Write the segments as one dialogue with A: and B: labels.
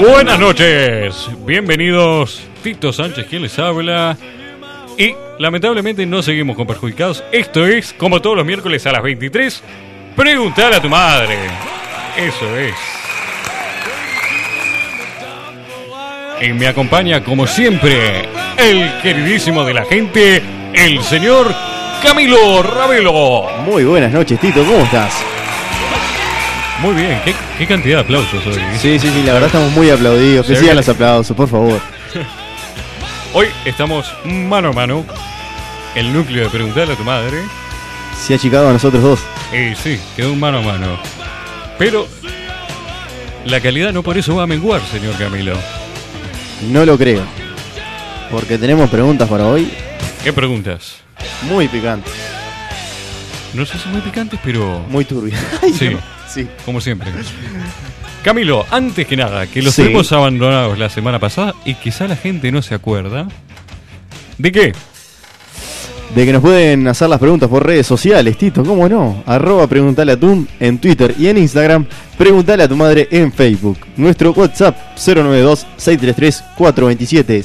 A: Buenas noches, bienvenidos. Tito Sánchez, quien les habla. Y lamentablemente no seguimos con perjudicados. Esto es, como todos los miércoles a las 23, preguntar a tu madre. Eso es. Y me acompaña, como siempre, el queridísimo de la gente, el señor Camilo Ravelo.
B: Muy buenas noches, Tito, ¿cómo estás?
A: Muy bien, qué, qué cantidad de aplausos hoy. ¿eh?
B: Sí, sí, sí, la verdad estamos muy aplaudidos. Que
A: Se
B: sigan
A: ve.
B: los aplausos, por favor.
A: Hoy estamos mano a mano. El núcleo de preguntarle a tu madre.
B: Se ha achicado a nosotros dos.
A: Y sí, quedó un mano a mano. Pero la calidad no por eso va a menguar, señor Camilo.
B: No lo creo. Porque tenemos preguntas para hoy
A: ¿Qué preguntas?
B: muy picantes,
A: No sé si muy picantes, pero
B: muy turbias. Ay,
A: Sí.
B: no. sí.
A: como siempre. Camilo, antes que nada, que los
B: Sí.
A: tuvimos abandonados la semana pasada y quizá la gente no se acuerda. ¿De qué?
B: De que nos pueden hacer las preguntas por redes sociales, Tito, ¿cómo no? Arroba preguntale a Tum en Twitter y en Instagram. Preguntale a tu madre en Facebook. Nuestro WhatsApp 092-633-427.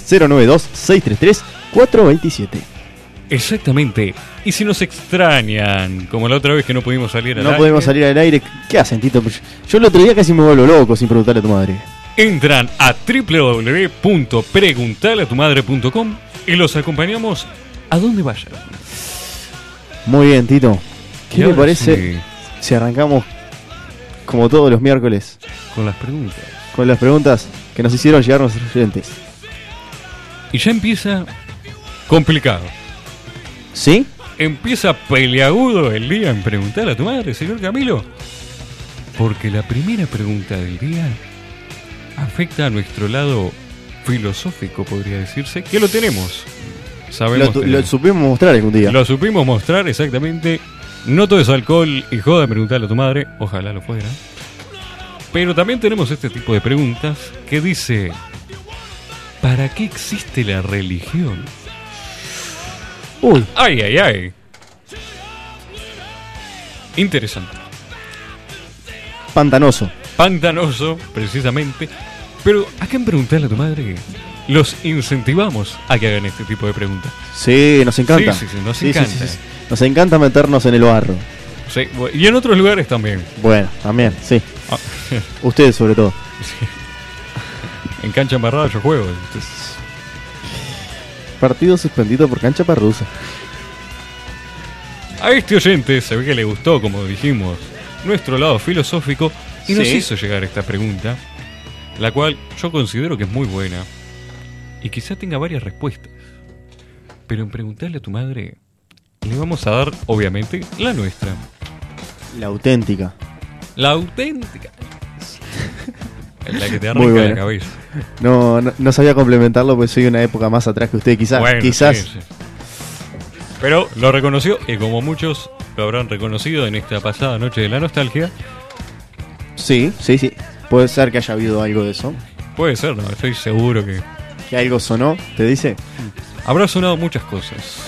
B: 092-633-427.
A: Exactamente. Y si nos extrañan, como la otra vez que no pudimos salir al
B: No
A: aire,
B: podemos salir al aire. ¿Qué hacen, Tito? Yo el otro día casi me vuelvo loco sin preguntarle a tu madre.
A: entran a www.preguntaleatumadre.com y los acompañamos a donde vayan.
B: Muy bien, Tito.
A: Y
B: ¿Qué te
A: ahora
B: parece
A: sí,
B: si arrancamos, como todos los miércoles,
A: con las preguntas.
B: con las preguntas que nos hicieron llegar nuestros oyentes?
A: Y ya empieza complicado.
B: ¿Sí?
A: Empieza peleagudo el día en preguntar a tu madre, señor Camilo. Porque la primera pregunta del día afecta a nuestro lado filosófico, podría decirse, que lo tenemos. Sabemos
B: Lo, tu-
A: tenerlo.
B: lo supimos mostrar algún día.
A: Lo supimos mostrar exactamente. No todo es alcohol y joda preguntarle a tu madre, ojalá lo fuera. Pero también tenemos este tipo de preguntas que dice, ¿para qué existe la religión?
B: Uy,
A: Ay, ay, ay. Interesante.
B: pantanoso.
A: Pantanoso, precisamente. Pero acá en preguntarle a tu madre, los incentivamos a que hagan este tipo de preguntas.
B: Sí, nos encanta.
A: Sí, sí, sí, nos encanta.
B: Nos encanta meternos en el barro.
A: Sí, y en otros lugares también.
B: Bueno, también, sí.
A: Ah,
B: Ustedes sobre todo.
A: en cancha embarrada yo juego. entonces-
B: Partido suspendido por cancha parrusa.
A: A este oyente se ve que le gustó, como dijimos, nuestro lado filosófico y nos
B: Sí.
A: hizo llegar esta pregunta, la cual yo considero que es muy buena y quizá tenga varias respuestas. Pero en preguntarle a tu madre, le vamos a dar, obviamente, la nuestra,
B: La auténtica.
A: la auténtica. La que te arranca la
B: Muy buena.
A: cabeza.
B: No, no, no sabía complementarlo porque soy una época más atrás que usted, quizás.
A: Bueno,
B: quizás.
A: sí, sí. Pero lo reconoció y como muchos lo habrán reconocido en esta pasada noche de la nostalgia,
B: Sí, sí, sí. Puede ser que haya habido algo de eso.
A: puede ser, no, estoy seguro que
B: Que algo sonó, ¿te dice?
A: Habrá sonado muchas cosas.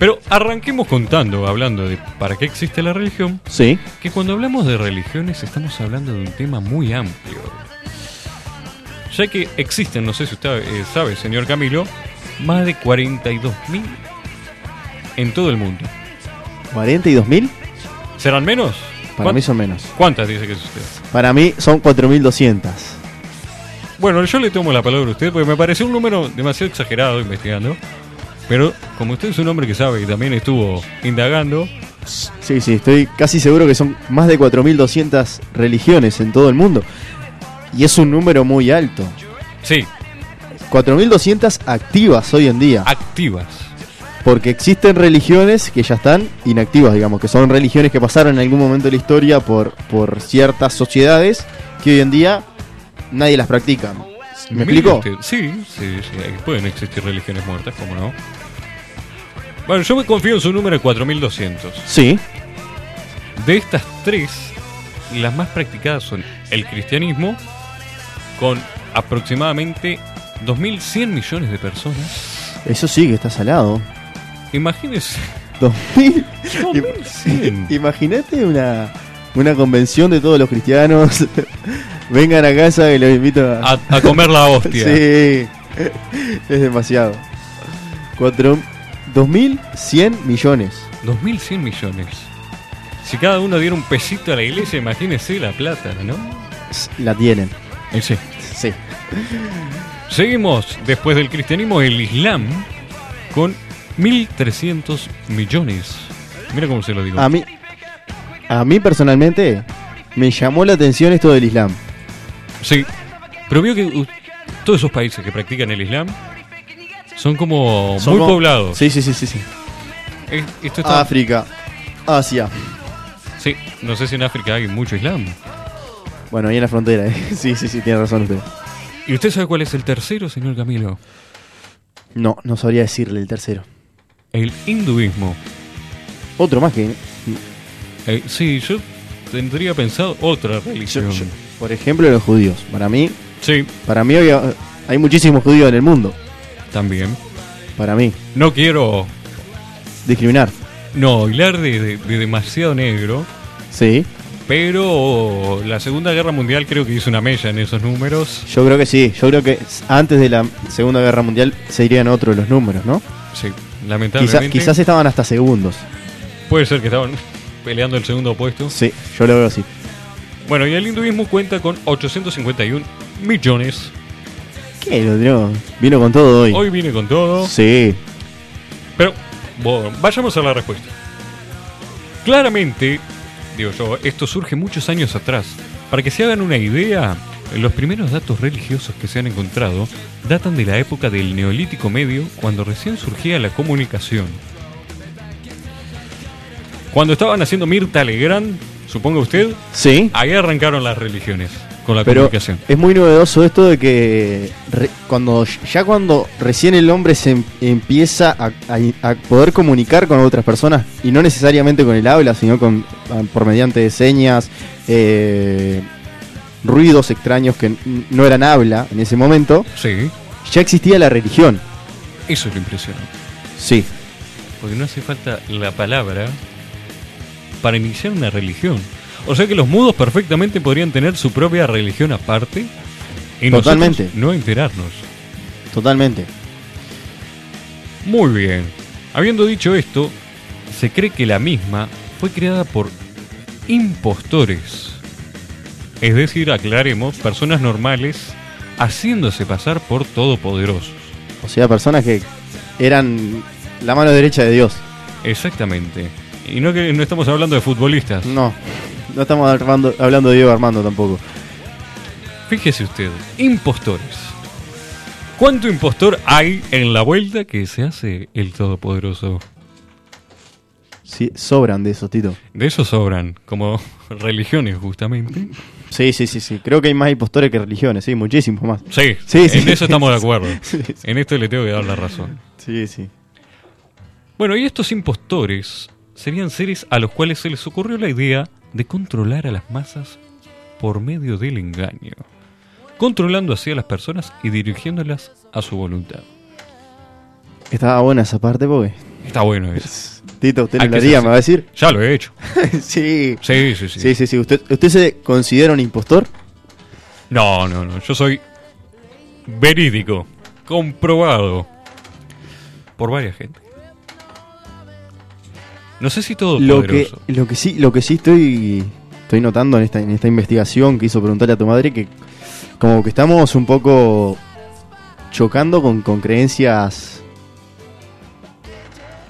A: Pero arranquemos contando, hablando de para qué existe la religión,
B: Sí.
A: que cuando hablamos de religiones estamos hablando de un tema muy amplio. Ya que existen, no sé si usted eh, sabe, señor Camilo, más de 42.000 en todo el mundo.
B: ¿42.000?
A: ¿Serán menos?
B: Para mí
A: ¿Cuán-
B: son menos.
A: ¿Cuántas dice que es usted?
B: Para mí son 4.200.
A: Bueno, yo le tomo la palabra a usted porque me pareció un número demasiado exagerado investigando. Pero como usted es un hombre que sabe y también estuvo indagando,
B: Sí, sí, estoy casi seguro que son más de 4.200 religiones en todo el mundo. Y es un número muy alto.
A: sí,
B: 4.200 activas hoy en día.
A: activas.
B: Porque existen religiones que ya están inactivas, digamos, que son religiones que pasaron en algún momento de la historia por, por ciertas sociedades que hoy en día nadie las practica. ¿Me
A: Mire
B: explico?
A: usted, Sí, sí, sí, ahí pueden existir religiones muertas, ¿cómo no? Bueno, yo me confío en su número de 4200.
B: Sí,
A: De estas tres, las más practicadas son el cristianismo, con aproximadamente 2100 millones de personas.
B: eso sí que está salado.
A: Imagínense,
B: 2000.
A: 2100.
B: Imagínate una, una convención de todos los cristianos. Vengan a casa que los invito a.
A: A, a comer la hostia.
B: sí, es demasiado. Cuatro- 2.100 millones.
A: 2.100 millones. Si cada uno diera un pesito a la iglesia, imagínese la plata, ¿no?
B: La tienen.
A: Eh, sí.
B: Sí.
A: Seguimos después del cristianismo, el islam, con 1.300 millones. Mira cómo se lo digo.
B: A mí, a mí personalmente me llamó la atención esto del Islam.
A: Sí, pero veo que uh, todos esos países que practican el islam son como muy
B: Somos-
A: poblados.
B: Sí, sí, sí, sí. sí.
A: Eh, Esto está-
B: África, Asia.
A: sí, no sé si en África hay mucho islam.
B: Bueno, ahí en la frontera, eh. Sí, sí, sí, tiene razón usted.
A: ¿Y usted sabe cuál es el tercero, señor Camilo?
B: No, no sabría decirle el tercero.
A: El hinduismo.
B: Otro más que.
A: Eh, sí, yo tendría pensado otra religión.
B: Por ejemplo, los judíos. Para mí,
A: Sí,
B: para mí hoy hay muchísimos judíos en el mundo.
A: también.
B: Para mí,
A: No quiero
B: discriminar.
A: no hilar de, de- de demasiado negro,
B: Sí,
A: pero la Segunda Guerra Mundial creo que hizo una mella en esos números.
B: yo creo que sí. Yo creo que antes de la Segunda Guerra Mundial se irían otros los números, ¿no?
A: Sí,
B: Quizá-
A: lamentablemente.
B: quizás estaban hasta segundos.
A: Puede ser que estaban peleando el segundo puesto.
B: Sí, yo lo veo así.
A: Bueno, y el hinduismo cuenta con 851 millones.
B: ¿Qué? Lo tiró? Vino con todo hoy.
A: Hoy viene con todo.
B: Sí.
A: Pero bueno, vayamos a la respuesta. Claramente, digo yo, esto surge muchos años atrás. Para que se hagan una idea, los primeros datos religiosos que se han encontrado datan de la época del Neolítico Medio, cuando recién surgía la comunicación. Cuando estaban haciendo Mirta Legrand, suponga usted,
B: Sí.
A: ahí arrancaron las religiones con Ah, la
B: Pero
A: comunicación.
B: es muy novedoso esto de que re- cuando ya cuando recién el hombre se em- empieza a, a- a poder comunicar con otras personas y no necesariamente con el habla, sino con a- por mediante de señas, eh, ruidos extraños que n- no eran habla en ese momento,
A: Sí,
B: ya existía la religión.
A: eso es lo impresionante.
B: Sí.
A: Porque no hace falta la palabra para iniciar una religión. O sea que los mudos perfectamente podrían tener su propia religión aparte y nosotros
B: Totalmente.
A: no enterarnos.
B: Totalmente.
A: Muy bien. Habiendo dicho esto, se cree que la misma fue creada por impostores. Es decir, aclaremos, personas normales haciéndose pasar por todopoderosos.
B: O sea, personas que eran la mano derecha de Dios.
A: Exactamente. Y no, que, no estamos hablando de futbolistas.
B: No, no estamos armando- hablando de Diego Armando tampoco.
A: Fíjese usted, impostores. ¿Cuánto impostor hay en la vuelta que se hace el Todopoderoso?
B: Sí, sobran de esos, Tito.
A: De esos sobran, como religiones justamente.
B: Sí, sí, sí, sí. Creo que hay más impostores que religiones, sí, muchísimo más.
A: Sí,
B: Sí, sí.
A: en eso estamos de acuerdo.
B: Sí, sí.
A: En esto le tengo que dar la razón.
B: Sí, sí.
A: Bueno, y estos impostores serían seres a los cuales se les ocurrió la idea de controlar a las masas por medio del engaño, controlando así a las personas y dirigiéndolas a su voluntad.
B: Estaba buena esa parte, Ah, porque.
A: Está bueno eso.
B: Tito, usted
A: Hay
B: no lo
A: que
B: haría,
A: ser-
B: me va a decir.
A: Ya lo he hecho.
B: sí.
A: Sí, sí, sí.
B: Sí, sí, sí. ¿Usted, ¿Usted se considera un impostor?
A: No, no, no. Yo soy verídico, comprobado por varias gente. No sé si todo
B: Lo que,
A: poderoso.
B: lo que sí, lo que sí estoy. Estoy notando en esta, en esta investigación que hizo preguntarle a tu madre que como que estamos un poco chocando con, con creencias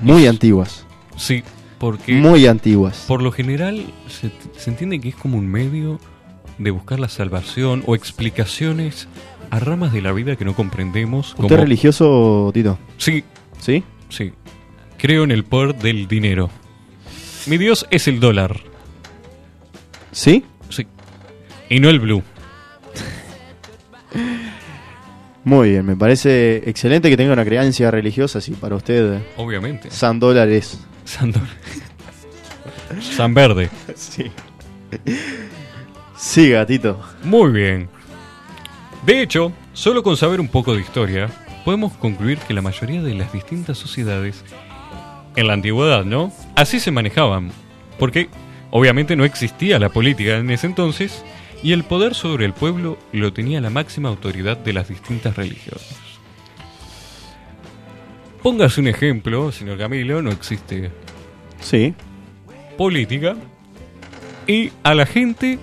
B: muy antiguas.
A: Sí, porque
B: Muy antiguas.
A: por lo general se, se entiende que es como un medio de buscar la salvación o explicaciones a ramas de la vida que no comprendemos.
B: ¿Usted es
A: como-
B: religioso, Tito?
A: Sí,
B: ¿Sí?
A: sí. Creo en el poder del dinero. Mi Dios es el dólar.
B: ¿Sí?
A: Sí. Y no el blue.
B: Muy bien, me parece excelente que tenga una creencia religiosa, sí, para usted. eh.
A: Obviamente.
B: San dólares.
A: San, Dor- San Verde.
B: Sí. Sí, gatito.
A: Muy bien. De hecho, solo con saber un poco de historia, podemos concluir que la mayoría de las distintas sociedades en la antigüedad, ¿no? Así se manejaban. Porque Obviamente no existía la política en ese entonces y el poder sobre el pueblo lo tenía la máxima autoridad de las distintas religiones. Póngase un ejemplo, señor Camilo, no existe
B: Sí.
A: política y a la gente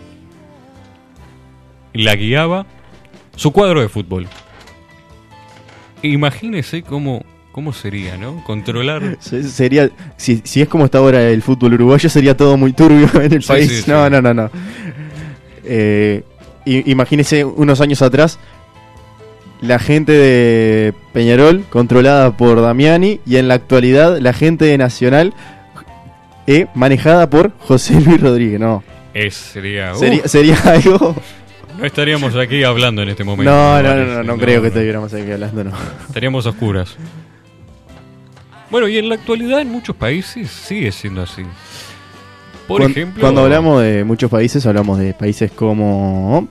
A: la guiaba su cuadro de fútbol. Imagínese cómo, cómo sería, ¿no? Controlar.
B: Se- Sería, si, si es como está ahora el fútbol uruguayo, sería todo muy turbio en el
A: Sí,
B: país.
A: sí, sí.
B: No, no, no, no. Eh, i- imagínese unos años atrás, la gente de Peñarol controlada por Damiani y en la actualidad la gente de Nacional eh, manejada por José Luis Rodríguez. No,
A: Es, sería, uh,
B: sería, sería algo...
A: No estaríamos aquí hablando en este momento.
B: No, no,
A: me
B: no, no,
A: parece.
B: no creo que estuviéramos aquí hablando, no.
A: Estaríamos a oscuras. Bueno, y en la actualidad en muchos países sigue siendo así. Por
B: Cuan-
A: ejemplo.
B: Cuando hablamos de muchos países, hablamos de países como.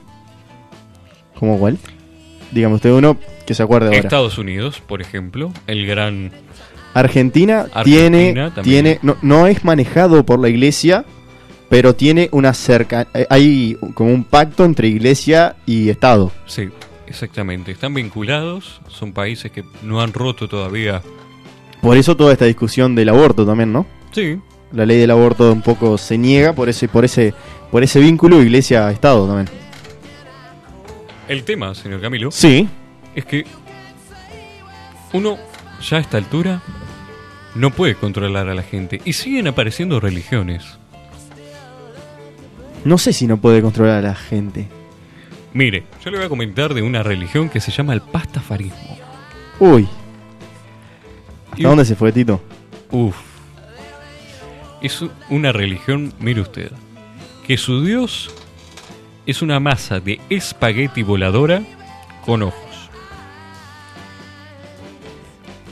B: ¿Como cuál? Dígame usted uno que se acuerde ahora.
A: Estados Unidos, por ejemplo, el gran.
B: Argentina,
A: Argentina
B: tiene.
A: también.
B: tiene no, no es manejado por la iglesia, pero tiene una cerca. eh, Hay como un pacto entre iglesia y Estado.
A: Sí, exactamente. Están vinculados, son países que no han roto todavía.
B: Por eso toda esta discusión del aborto también, ¿no?
A: Sí,
B: La ley del aborto un poco se niega por ese, por ese, por ese vínculo iglesia-Estado también.
A: el tema, señor Camilo,
B: Sí,
A: es que uno ya a esta altura no puede controlar a la gente y siguen apareciendo religiones.
B: no sé si no puede controlar a la gente.
A: Mire, yo le voy a comentar de una religión que se llama el pastafarismo.
B: Uy,
A: Y-
B: ¿Hasta dónde se fue, Tito?
A: Uf. Es u- una religión, mire usted, que su dios es una masa de espagueti voladora con ojos.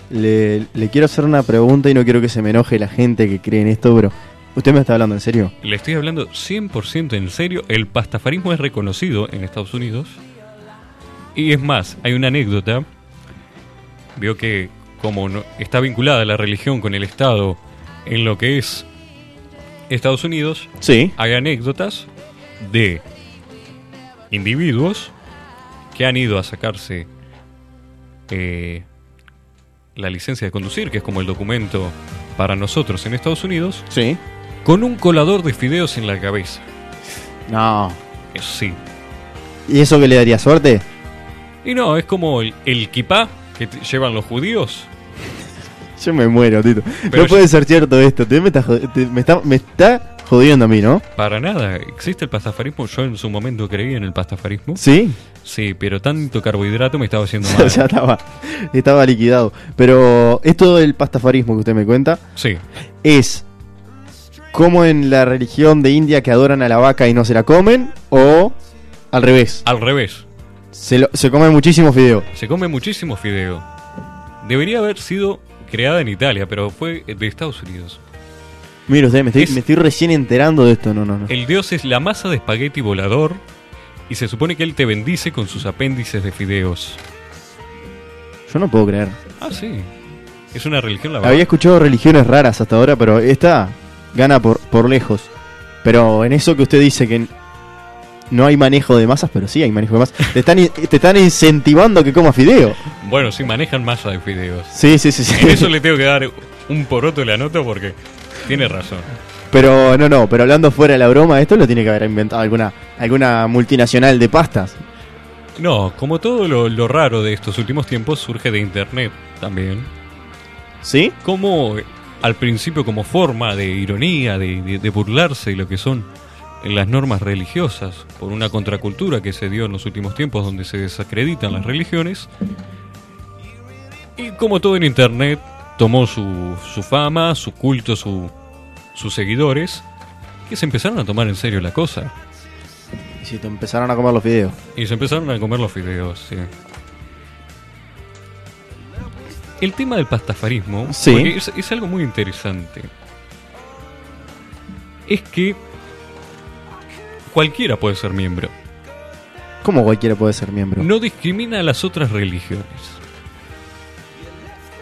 B: Le, le quiero hacer una pregunta y no quiero que se me enoje la gente que cree en esto, pero ¿usted me está hablando en serio?
A: Le estoy hablando 100% en serio, el pastafarismo es reconocido en Estados Unidos. Y es más, hay una anécdota. Vio que como no- está vinculada la religión con el Estado en lo que es Estados Unidos,
B: Sí.
A: hay anécdotas de individuos que han ido a sacarse eh, la licencia de conducir, que es como el documento para nosotros en Estados Unidos,
B: Sí.
A: con un colador de fideos en la cabeza.
B: No.
A: Eh, Sí.
B: ¿Y eso que le daría suerte?
A: Y no, es como el, el kipá que t- llevan los judíos.
B: Yo me muero, Tito.
A: Pero
B: no puede ser cierto esto. Usted me está, jod- te- me, está, me está jodiendo a mí, ¿no?
A: Para nada, existe el pastafarismo. Yo en su momento creí en el pastafarismo.
B: Sí.
A: Sí, pero tanto carbohidrato me estaba haciendo
B: Ya,
A: mal.
B: ya estaba, estaba liquidado. Pero esto del pastafarismo que usted me cuenta
A: Sí,
B: es como en la religión de India que adoran a la vaca y no se la comen o al revés.
A: al revés.
B: Se, lo- se comen muchísimos fideos.
A: Se come muchísimo fideo. Debería haber sido creada en Italia, pero fue de Estados Unidos.
B: Mira, usted, me estoy,
A: Es-
B: me estoy recién enterando de esto. No, no, no.
A: El dios es la masa de espagueti volador y se supone que él te bendice con sus apéndices de fideos.
B: Yo no puedo creer.
A: Ah, sí. Es una religión la
B: Había escuchado religiones raras hasta ahora, pero esta gana por, por lejos. Pero en eso que usted dice que n- no hay manejo de masas, pero sí hay manejo de masas. Te están, in- te están incentivando a que comas fideo.
A: Bueno, sí, manejan masa de fideos.
B: Sí, sí, sí. sí.
A: En eso le tengo que dar un poroto de la nota porque tiene razón.
B: Pero no, no, pero hablando fuera de la broma, esto lo tiene que haber inventado alguna, alguna multinacional de pastas.
A: No, como todo lo, lo raro de estos últimos tiempos surge de internet también.
B: ¿Sí?
A: como eh, al principio como forma de ironía, de, de- de burlarse de lo que son las normas religiosas, por una contracultura que se dio en los últimos tiempos donde se desacreditan las religiones, y como todo en Internet, tomó su, su fama, su culto, su, sus seguidores, que se empezaron a tomar en serio la cosa,
B: Y si te empezaron a comer los fideos.
A: y se empezaron a comer los fideos. sí. El tema del pastafarismo
B: Sí.
A: porque es, es algo muy interesante. Es que cualquiera puede ser miembro.
B: ¿Cómo cualquiera puede ser miembro?
A: No discrimina a las otras religiones.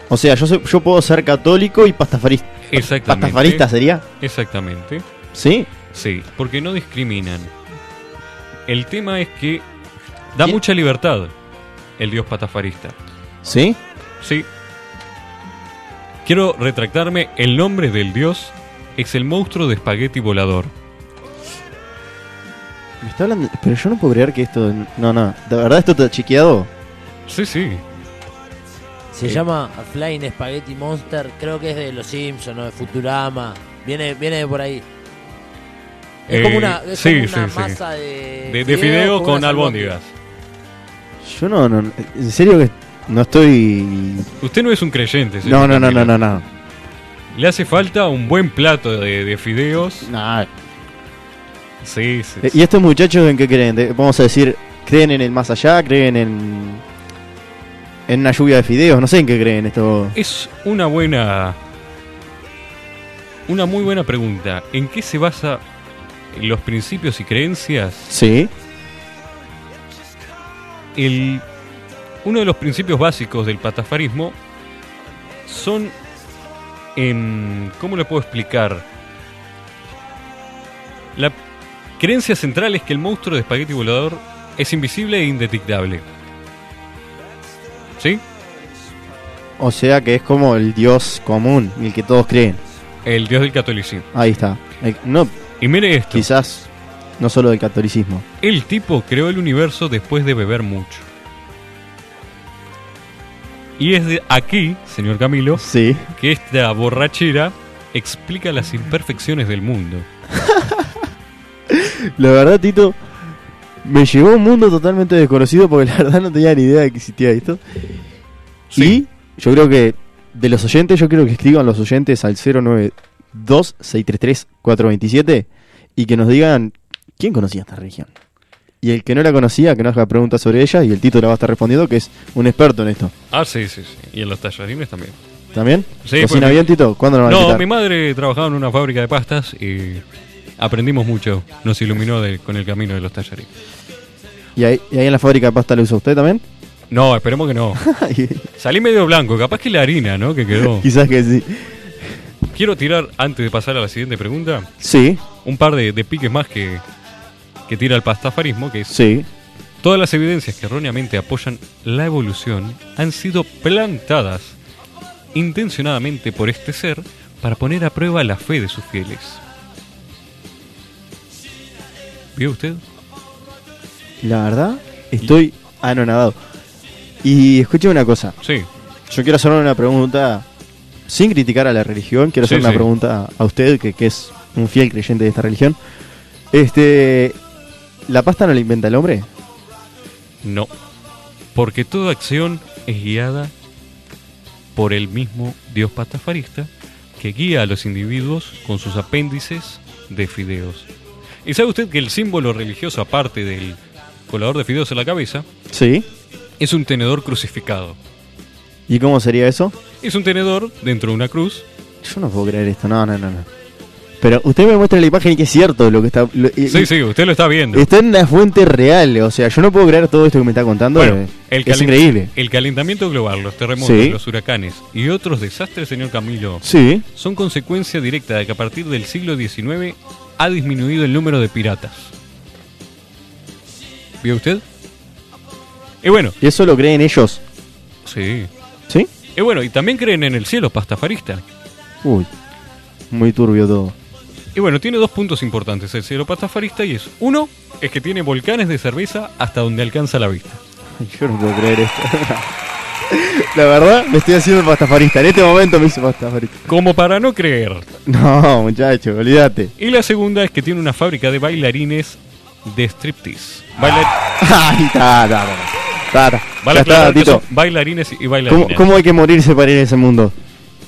B: O sea, yo, soy- yo puedo ser católico y pastafarista.
A: Exactamente.
B: ¿Pastafarista sería?
A: Exactamente.
B: ¿Sí?
A: Sí, porque no discriminan. El tema es que da
B: ¿Quién?
A: mucha libertad el dios patafarista.
B: ¿Sí?
A: Sí. Quiero retractarme, el nombre del dios es el monstruo de espagueti volador.
B: Me está hablando. Pero yo no puedo creer que esto. No, no. De verdad, esto está chequeado.
A: Sí, sí.
C: Se
A: Sí.
C: llama A Flying Spaghetti Monster, creo que es de Los Simpsons o de Futurama. Viene, viene de por ahí. Es
A: Eh,
C: como una, es
A: sí,
C: como una
A: sí, sí.
C: masa de,
A: De, de fideo con,
C: unas
A: albóndigas.
B: Yo no, no. En serio que no estoy.
A: Usted no es un creyente,
B: No,
A: señor
B: no, no,
A: Camila.
B: no, no, no.
A: Le hace falta un buen plato de, de fideos.
B: Nah.
A: Sí, sí.
B: Eh,
A: sí.
B: ¿Y estos muchachos en qué creen? De- Vamos a decir, ¿creen en el más allá? ¿Creen en. en una lluvia de fideos? No sé en qué creen esto.
A: Es una buena. Una muy buena pregunta. ¿En qué se basa los principios y creencias?
B: Sí.
A: El, uno de los principios básicos del patafarismo son. em, ¿Cómo le puedo explicar? La creencia central es que el monstruo de espagueti volador es invisible e indetectable. ¿Sí?
B: O sea que es como el dios común, el que todos creen.
A: El dios del catolicismo.
B: Ahí está. El- No,
A: Y mire esto.
B: quizás no solo del catolicismo.
A: El tipo creó el universo después de beber mucho. Y es de aquí, señor Camilo,
B: Sí.
A: que esta borrachera explica las imperfecciones del mundo.
B: La verdad, Tito, me llevó a un mundo totalmente desconocido porque la verdad no tenía ni idea de que existía esto.
A: Sí.
B: Y yo creo que de los oyentes, yo creo que escriban los oyentes al 092-633-427 y que nos digan quién conocía esta religión. Y el que no la conocía, que nos haga preguntas sobre ella y el Tito la va a estar respondiendo, que es un experto en esto.
A: Ah, sí, sí, sí. Y en los tallarines también.
B: ¿También?
A: Sí,
B: ¿Cocina
A: pues-
B: bien, Tito? ¿Cuándo nos van a
A: No,
B: invitar?
A: mi madre trabajaba en una fábrica de pastas y aprendimos mucho. Nos iluminó de- con el camino de los tallarines.
B: ¿Y, ahí, ¿Y ahí en la fábrica de pasta lo usa usted también?
A: No, esperemos que no. Salí medio blanco, capaz que la harina, ¿no? Que quedó.
B: Quizás que sí.
A: Quiero tirar, antes de pasar a la siguiente pregunta,
B: Sí,
A: un par de, de piques más que, que tira el pastafarismo, que es
B: sí.
A: todas las evidencias que erróneamente apoyan la evolución han sido plantadas intencionadamente por este ser para poner a prueba la fe de sus fieles. ¿Vio usted?
B: La verdad, estoy anonadado. Y escuchen una cosa.
A: Sí.
B: Yo quiero hacer una pregunta, sin criticar a la religión, quiero
A: Sí,
B: hacer una
A: sí.
B: pregunta a usted, que, que es un fiel creyente de esta religión. Este, ¿La pasta no la inventa el hombre?
A: No. Porque toda acción es guiada por el mismo Dios patafarista que guía a los individuos con sus apéndices de fideos. ¿Y sabe usted que el símbolo religioso, aparte del colador de fideos en la cabeza,
B: Sí.
A: es un tenedor crucificado?
B: ¿Y cómo sería eso?
A: Es un tenedor dentro de una cruz.
B: Yo no puedo creer esto, no, no, no. no. Pero usted me muestra la imagen y que es cierto lo que está... lo- y-
A: Sí, sí, usted lo está viendo.
B: Está en una fuente real, o sea, yo no puedo creer todo esto que me está contando.
A: Bueno,
B: eh,
A: el
B: es
A: calen-
B: increíble.
A: El calentamiento global, los terremotos,
B: Sí.
A: los huracanes y otros desastres, señor Camilo,
B: Sí.
A: son consecuencia directa de que a partir del siglo XIX ha disminuido el número de piratas. ¿Vio usted? Y bueno,
B: ¿Y eso lo creen ellos?
A: sí.
B: ¿Sí?
A: Y bueno, y también creen en el cielo pastafarista.
B: Uy, muy turbio todo.
A: Y bueno, tiene dos puntos importantes el cielo pastafarista y es uno es que tiene volcanes de cerveza hasta donde alcanza la vista.
B: Yo no puedo creer esto. La verdad, me estoy haciendo pastafarista. En este momento me hice pastafarista.
A: Como para no creer.
B: No, muchacho, olvídate.
A: Y la segunda es que tiene una fábrica de bailarines de striptease. Baila-
B: Ay, ta, ta, ta. ta, ta.
A: vale
B: Ah, Ya
A: aclarar
B: está,
A: que
B: Tito.
A: son bailarines y bailarinas.
B: ¿Cómo, cómo hay que morirse para ir a ese mundo?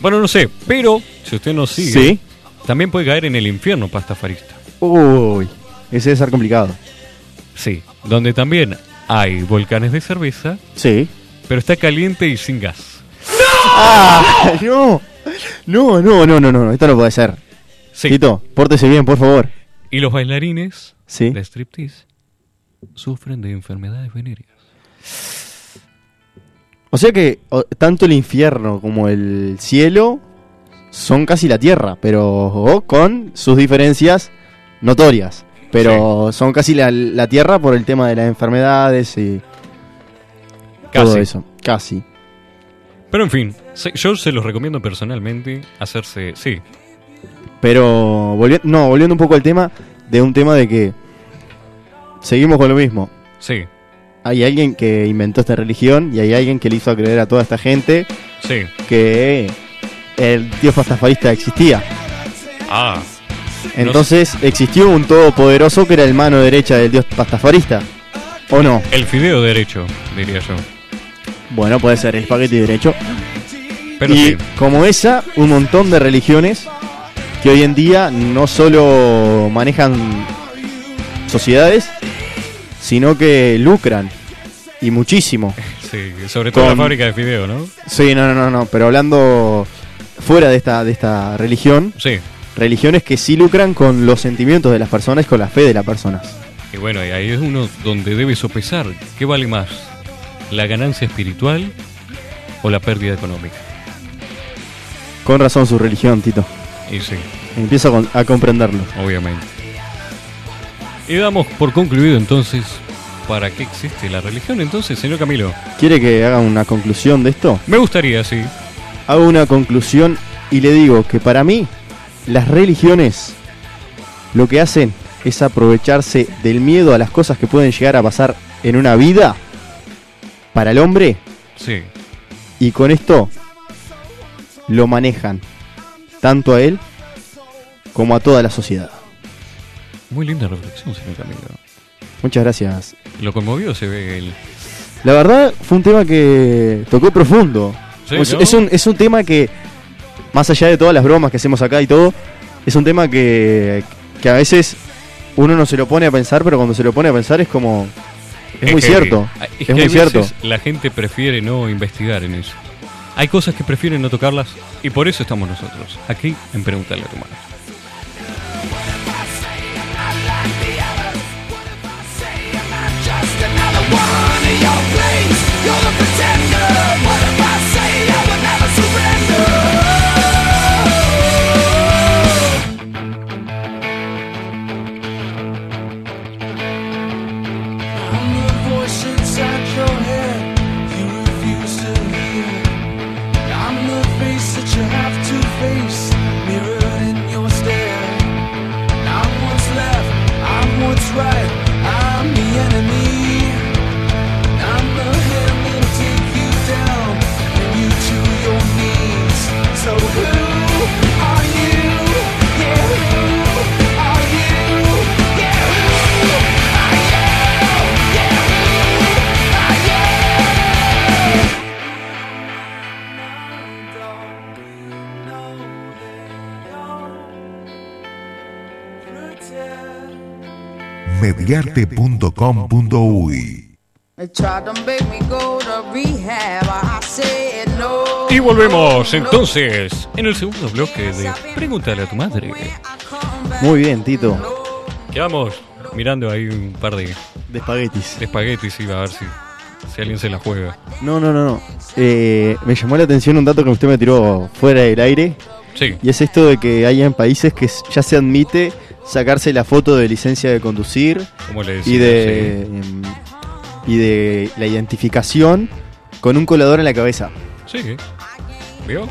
A: Bueno, no sé, pero si usted no sigue,
B: ¿Sí?
A: también puede caer en el infierno pastafarista.
B: Uy, ese debe ser complicado.
A: Sí, donde también hay volcanes de cerveza,
B: Sí.
A: pero está caliente y sin gas.
B: ¡Ah! ¡No! No, no, no, no, no, no, esto no puede ser.
A: Sí.
B: Tito, pórtese bien, por favor.
A: Y los bailarines
B: Sí.
A: de striptease sufren de enfermedades venéreas.
B: O sea que o- tanto el infierno como el cielo son casi la tierra, pero con sus diferencias notorias, pero son casi la, la tierra por el tema de las enfermedades y todo
A: Casi.
B: eso. Casi.
A: Pero en fin, se- yo se los recomiendo personalmente hacerse. Sí,
B: Pero volvi- no, volviendo un poco al tema de un tema de que seguimos con lo mismo.
A: sí,
B: Hay alguien que inventó esta religión y hay alguien que le hizo creer a toda esta gente
A: sí.
B: que el dios pastafarista existía.
A: Ah,
B: Entonces existió un todopoderoso que era el mano derecha del dios pastafarista. ¿O no?
A: el fideo derecho, diría yo.
B: Bueno, puede ser el paquete derecho.
A: Pero
B: y
A: sí,
B: como esa, un montón de religiones que hoy en día no solo manejan sociedades, sino que lucran. Y muchísimo.
A: sí, sobre todo
B: Con-
A: la fábrica de fideo, ¿no?
B: Sí, no, no, no, no. Pero hablando fuera de esta, de esta religión,
A: Sí.
B: religiones que sí lucran con los sentimientos de las personas y con la fe de las personas.
A: Y bueno, y ahí es uno donde debe sopesar qué vale más, la ganancia espiritual o la pérdida económica.
B: Con razón su religión, Tito.
A: Y sí,
B: Empiezo a, con- a comprenderlo.
A: obviamente. Y damos por concluido entonces para qué existe la religión entonces, señor Camilo.
B: ¿Quiere que haga una conclusión de esto?
A: Me gustaría, sí.
B: hago una conclusión y le digo que para mí las religiones lo que hacen es aprovecharse del miedo a las cosas que pueden llegar a pasar en una vida para el hombre
A: Sí,
B: y con esto lo manejan tanto a él como a toda la sociedad.
A: muy linda reflexión, señor Camilo.
B: Muchas gracias.
A: Lo conmovido se ve el...
B: La verdad fue un tema que tocó profundo.
A: Sí,
B: es,
A: ¿no?
B: es un, es un tema que, más allá de todas las bromas que hacemos acá y todo, es un tema que, que a veces uno no se lo pone a pensar, pero cuando se lo pone a pensar es como... Es,
A: heavy.
B: muy cierto.
A: Ah, Es,
B: Es,
A: que
B: muy
A: hay
B: cierto.
A: veces la gente prefiere no investigar en eso. Hay cosas que prefieren no tocarlas y por eso estamos nosotros, aquí en Preguntarle a tu Madre.
D: You have to face mirrored in your stare. I'm what's left, I'm what's right, I'm the enemy. I'm the hand that'll take you down, bring you to your knees. So who are you? Yeah, who are you? Yeah, who are you? Yeah, who are you? Now, don't be no longer pretend.
E: mediarte.com.uy
F: They tried to make me go to rehab. I said no.
A: Y volvemos
F: no.
A: entonces en el segundo bloque de Pregúntale a tu madre.
B: Muy bien, Tito.
A: Quedamos mirando ahí un par de,
B: De espaguetis.
A: de espaguetis y va a ver si, si alguien se la juega.
B: No, no, no, no. Eh, me llamó la atención un dato que usted me tiró fuera del aire.
A: Sí,
B: Y es esto de que hay en países que ya se admite sacarse la foto de licencia de conducir.
A: como le decía.
B: y de em, y de la identificación con un colador en la cabeza.
A: Sí, sí. ¿Vio?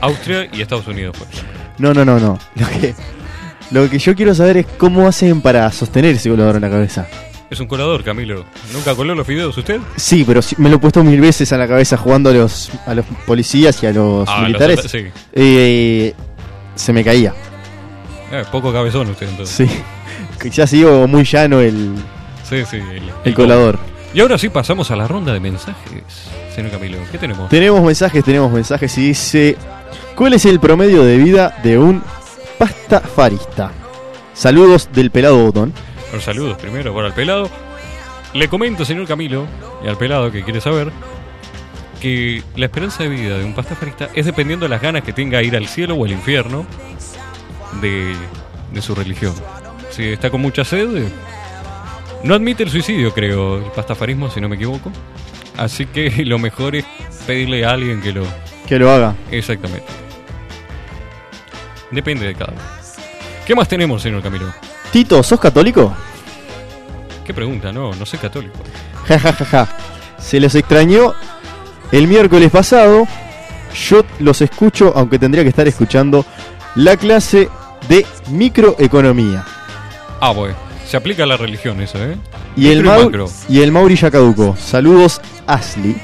A: Austria y Estados Unidos. Pues.
B: No, no, no, no. Lo que, lo que yo quiero saber es cómo hacen para sostener ese colador en la cabeza.
A: Es un colador, Camilo. ¿Nunca coló los fideos usted?
B: Sí, pero sí- me lo he puesto mil veces a la cabeza jugando a los a los policías y a los
A: Ah, los
B: militares.
A: ata- sí.
B: Eh, se me caía.
A: Eh, poco cabezón usted entonces.
B: Sí. Ya sigo muy llano el,
A: Sí, sí. el-
B: el colador.
A: Y ahora sí pasamos a la ronda de mensajes. Señor Camilo, ¿qué tenemos?
B: Tenemos mensajes, tenemos mensajes y dice, ¿cuál es el promedio de vida de un pastafarista? Saludos del pelado botón.
A: Los saludos primero para el pelado. Le comento, señor Camilo, y al pelado que quiere saber, que la esperanza de vida de un pastafarista es dependiendo de las ganas que tenga ir al cielo o al infierno de, de su religión. Si está con mucha sed, eh, no admite el suicidio, creo, el pastafarismo, si no me equivoco. Así que lo mejor es pedirle a alguien que lo...
B: Que lo haga.
A: Exactamente. Depende de cada uno. ¿Qué más tenemos, señor Camilo?
B: Tito, ¿sos católico?
A: ¿Qué pregunta? No, no soy católico.
B: Ja, ja, ja, ja. Se los extrañó el miércoles pasado. Yo los escucho, aunque tendría que estar escuchando la clase de microeconomía.
A: Ah, bueno. Se aplica a la religión eso, ¿eh?
B: Y el,
A: Micro y
B: Mau-
A: macro.
B: y el Mauri ya caducó. Saludos, Asli.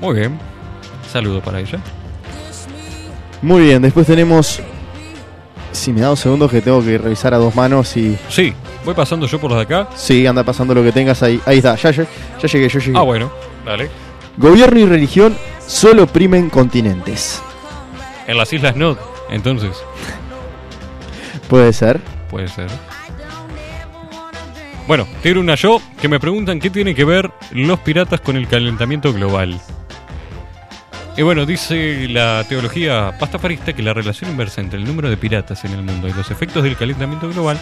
A: Muy bien. Saludo para ella.
B: Muy bien, después tenemos. Si me da dos segundos que tengo que revisar a dos manos y.
A: Sí, voy pasando yo por las de acá.
B: Sí, anda pasando lo que tengas ahí. Ahí está, ya, lle- ya llegué, yo llegué.
A: Ah, bueno. Dale.
B: Gobierno y religión solo primen continentes.
A: En las Islas Nod, entonces.
B: Puede ser.
A: Puede ser. Bueno, tiro una yo que me preguntan qué tiene que ver los piratas con el calentamiento global. Y bueno, dice la teología pastafarista que la relación inversa entre el número de piratas en el mundo y los efectos del calentamiento global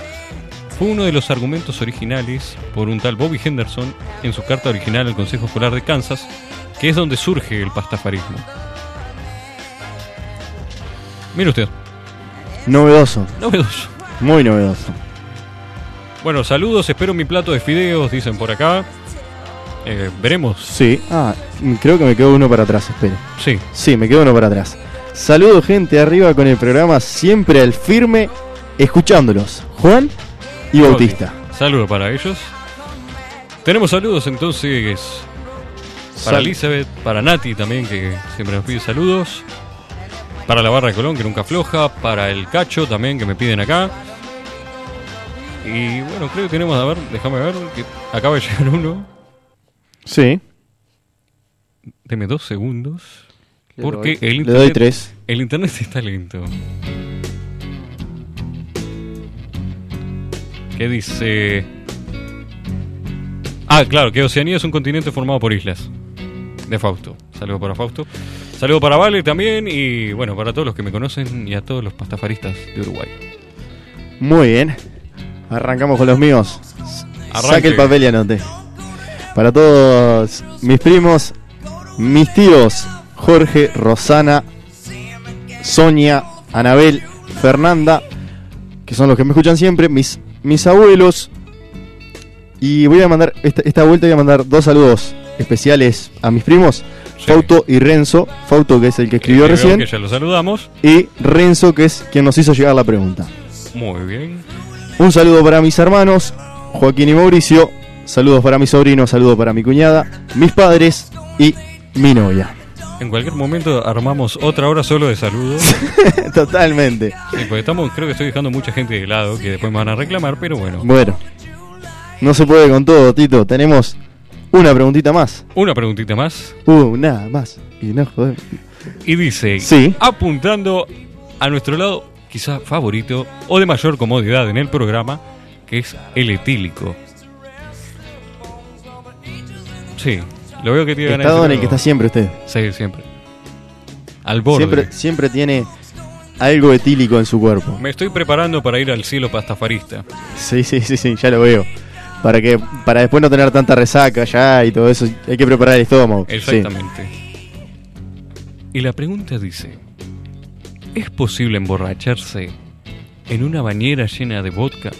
A: fue uno de los argumentos originales por un tal Bobby Henderson en su carta original al Consejo Escolar de Kansas, que es donde surge el pastafarismo. Mire usted,
B: Novedoso,
A: novedoso.
B: muy novedoso.
A: Bueno, saludos, espero mi plato de fideos, dicen por acá. Eh, veremos.
B: Sí. Ah, mm, creo que me quedó uno para atrás, espere.
A: Sí,
B: Sí, me quedó uno para atrás. Saludos, gente, arriba con el programa, siempre al firme, escuchándolos. Juan y Bautista.
A: saludos para ellos. Tenemos saludos entonces para
B: Sal-
A: Elizabeth, para Nati también, que siempre nos pide saludos. Para la barra de Colón, que nunca afloja. Para el Cacho también, que me piden acá. Y bueno, creo que tenemos, a ver, déjame ver, que acaba de llegar uno.
B: Sí.
A: Deme dos segundos.
B: Le
A: Porque el
B: Le doy tres.
A: El internet está lento. ¿Qué dice? Ah, claro, que Oceanía es un continente formado por islas. De Fausto. Saludo para Fausto. Saludo para Vale también y bueno, para todos los que me conocen y a todos los pastafaristas de Uruguay.
B: Muy bien. Arrancamos con los míos.
A: Arranque.
B: Saque el papel y anote. Para todos mis primos, mis tíos, Jorge, Rosana, Sonia, Anabel, Fernanda, que son los que me escuchan siempre, mis, mis abuelos. Y voy a mandar, esta, esta vuelta voy a mandar dos saludos especiales a mis primos,
A: Sí.
B: Fauto y Renzo. Fauto, que es el que escribió
A: Eh, veo
B: recién,
A: Que ya lo saludamos.
B: y Renzo, que es quien nos hizo llegar la pregunta.
A: Muy bien.
B: Un saludo para mis hermanos, Joaquín y Mauricio. Saludos para mi sobrino, saludos para mi cuñada, mis padres y mi novia.
A: En cualquier momento armamos otra hora solo de saludos. Sí,
B: Totalmente.
A: porque estamos, creo que estoy dejando mucha gente de lado que después me van a reclamar, pero bueno.
B: Bueno, no se puede con todo, Tito. Tenemos una preguntita más.
A: Una preguntita más.
B: Una más. Y no joder.
A: y dice,
B: Sí.
A: apuntando a nuestro lado quizá favorito o de mayor comodidad en el programa, que es el etílico. Sí, lo veo que tiene ganas de
B: Estado en el que
A: decirlo.
B: está siempre usted.
A: Sí, siempre. Al borde.
B: Siempre, siempre tiene algo etílico en su cuerpo.
A: Me estoy preparando para ir al cielo pastafarista.
B: Sí, sí, sí, sí, ya lo veo. Para que para después no tener tanta resaca ya y todo eso, hay que preparar el estómago. Sí.
A: Exactamente. Y la pregunta dice, ¿es posible emborracharse en una bañera llena de vodka?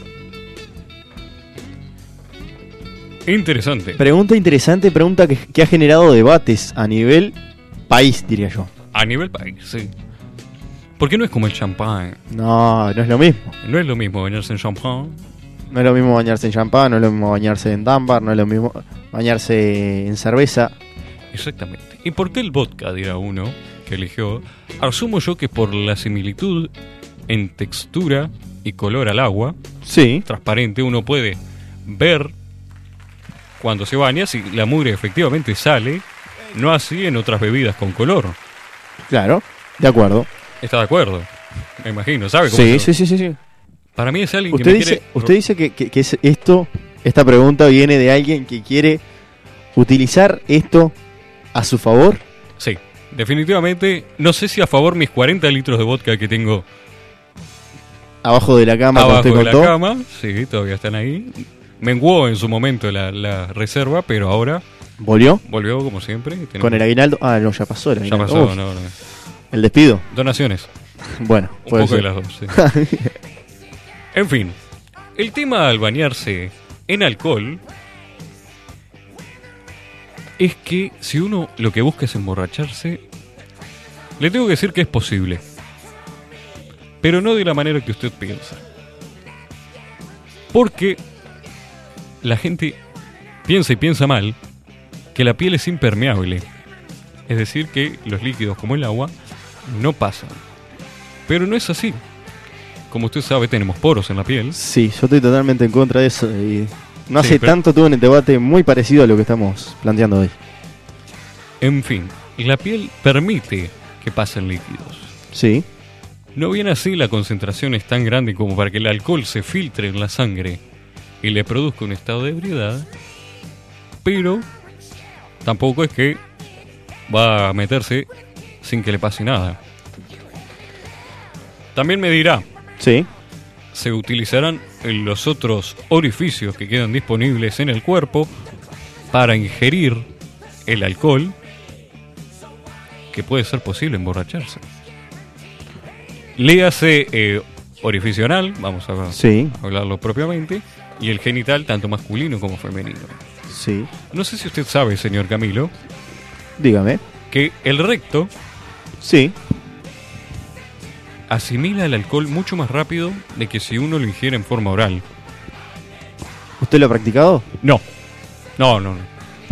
A: Interesante.
B: Pregunta interesante, pregunta que, que ha generado debates a nivel país, diría yo.
A: A nivel país, sí. Porque no es como el champán.
B: No, no es lo mismo.
A: No es lo mismo bañarse en champán.
B: No es lo mismo bañarse en champán, no es lo mismo bañarse en dámbar, no es lo mismo bañarse en cerveza.
A: Exactamente. ¿Y por qué el vodka, dirá uno, que eligió? Asumo yo que por la similitud en textura y color al agua,
B: Sí.
A: transparente, uno puede ver cuando se baña si la mugre efectivamente sale, no así en otras bebidas con color.
B: Claro, de acuerdo.
A: ¿Está de acuerdo? Me imagino, ¿sabe cómo
B: Sí,
A: se-
B: sí, sí, sí, sí.
A: Para mí es alguien que
B: Usted
A: me
B: dice,
A: quiere-
B: usted dice que, que- que es- esto, esta pregunta viene de alguien que quiere utilizar esto a su favor.
A: Sí, definitivamente, no sé si a favor mis 40 litros de vodka que tengo
B: Abajo de la cama, como
A: abajo
B: usted
A: de la
B: contó.
A: cama, sí, todavía están ahí. Menguó en su momento la, la reserva, pero ahora
B: Volvió
A: volvió como siempre. y tenemos-
B: con el aguinaldo. Ah, no, ya pasó el
A: ya
B: aguinaldo.
A: pasó,
B: Uf,
A: no, no.
B: El despido.
A: Donaciones,
B: Bueno,
A: un
B: puede
A: poco de
B: ser.
A: las dos, sí. En fin, el tema al bañarse en alcohol es que si uno lo que busca es emborracharse, le tengo que decir que es posible. Pero no de la manera que usted piensa. Porque la gente piensa y piensa mal que la piel es impermeable. Es decir, que los líquidos como el agua no pasan. Pero no es así. Como usted sabe, tenemos poros en la piel.
B: Sí, yo estoy totalmente en contra de eso. Y no
A: Sí,
B: hace
A: pero-
B: tanto tuve un debate muy parecido a lo que estamos planteando hoy.
A: En fin, la piel permite que pasen líquidos.
B: Sí.
A: No bien así, la concentración es tan grande como para que el alcohol se filtre en la sangre y le produzca un estado de ebriedad, pero tampoco es que va a meterse sin que le pase nada. También me dirá,
B: Sí.
A: se utilizarán los otros orificios que quedan disponibles en el cuerpo para ingerir el alcohol, que puede ser posible emborracharse. Léase eh, orificio anal, vamos a
B: Sí.
A: hablarlo propiamente, y el genital tanto masculino como femenino.
B: Sí.
A: No sé si usted sabe, señor Camilo,
B: Dígame.
A: que el recto
B: Sí.
A: asimila el alcohol mucho más rápido de que si uno lo ingiere en forma oral.
B: ¿Usted lo ha practicado?
A: No, no, no, no.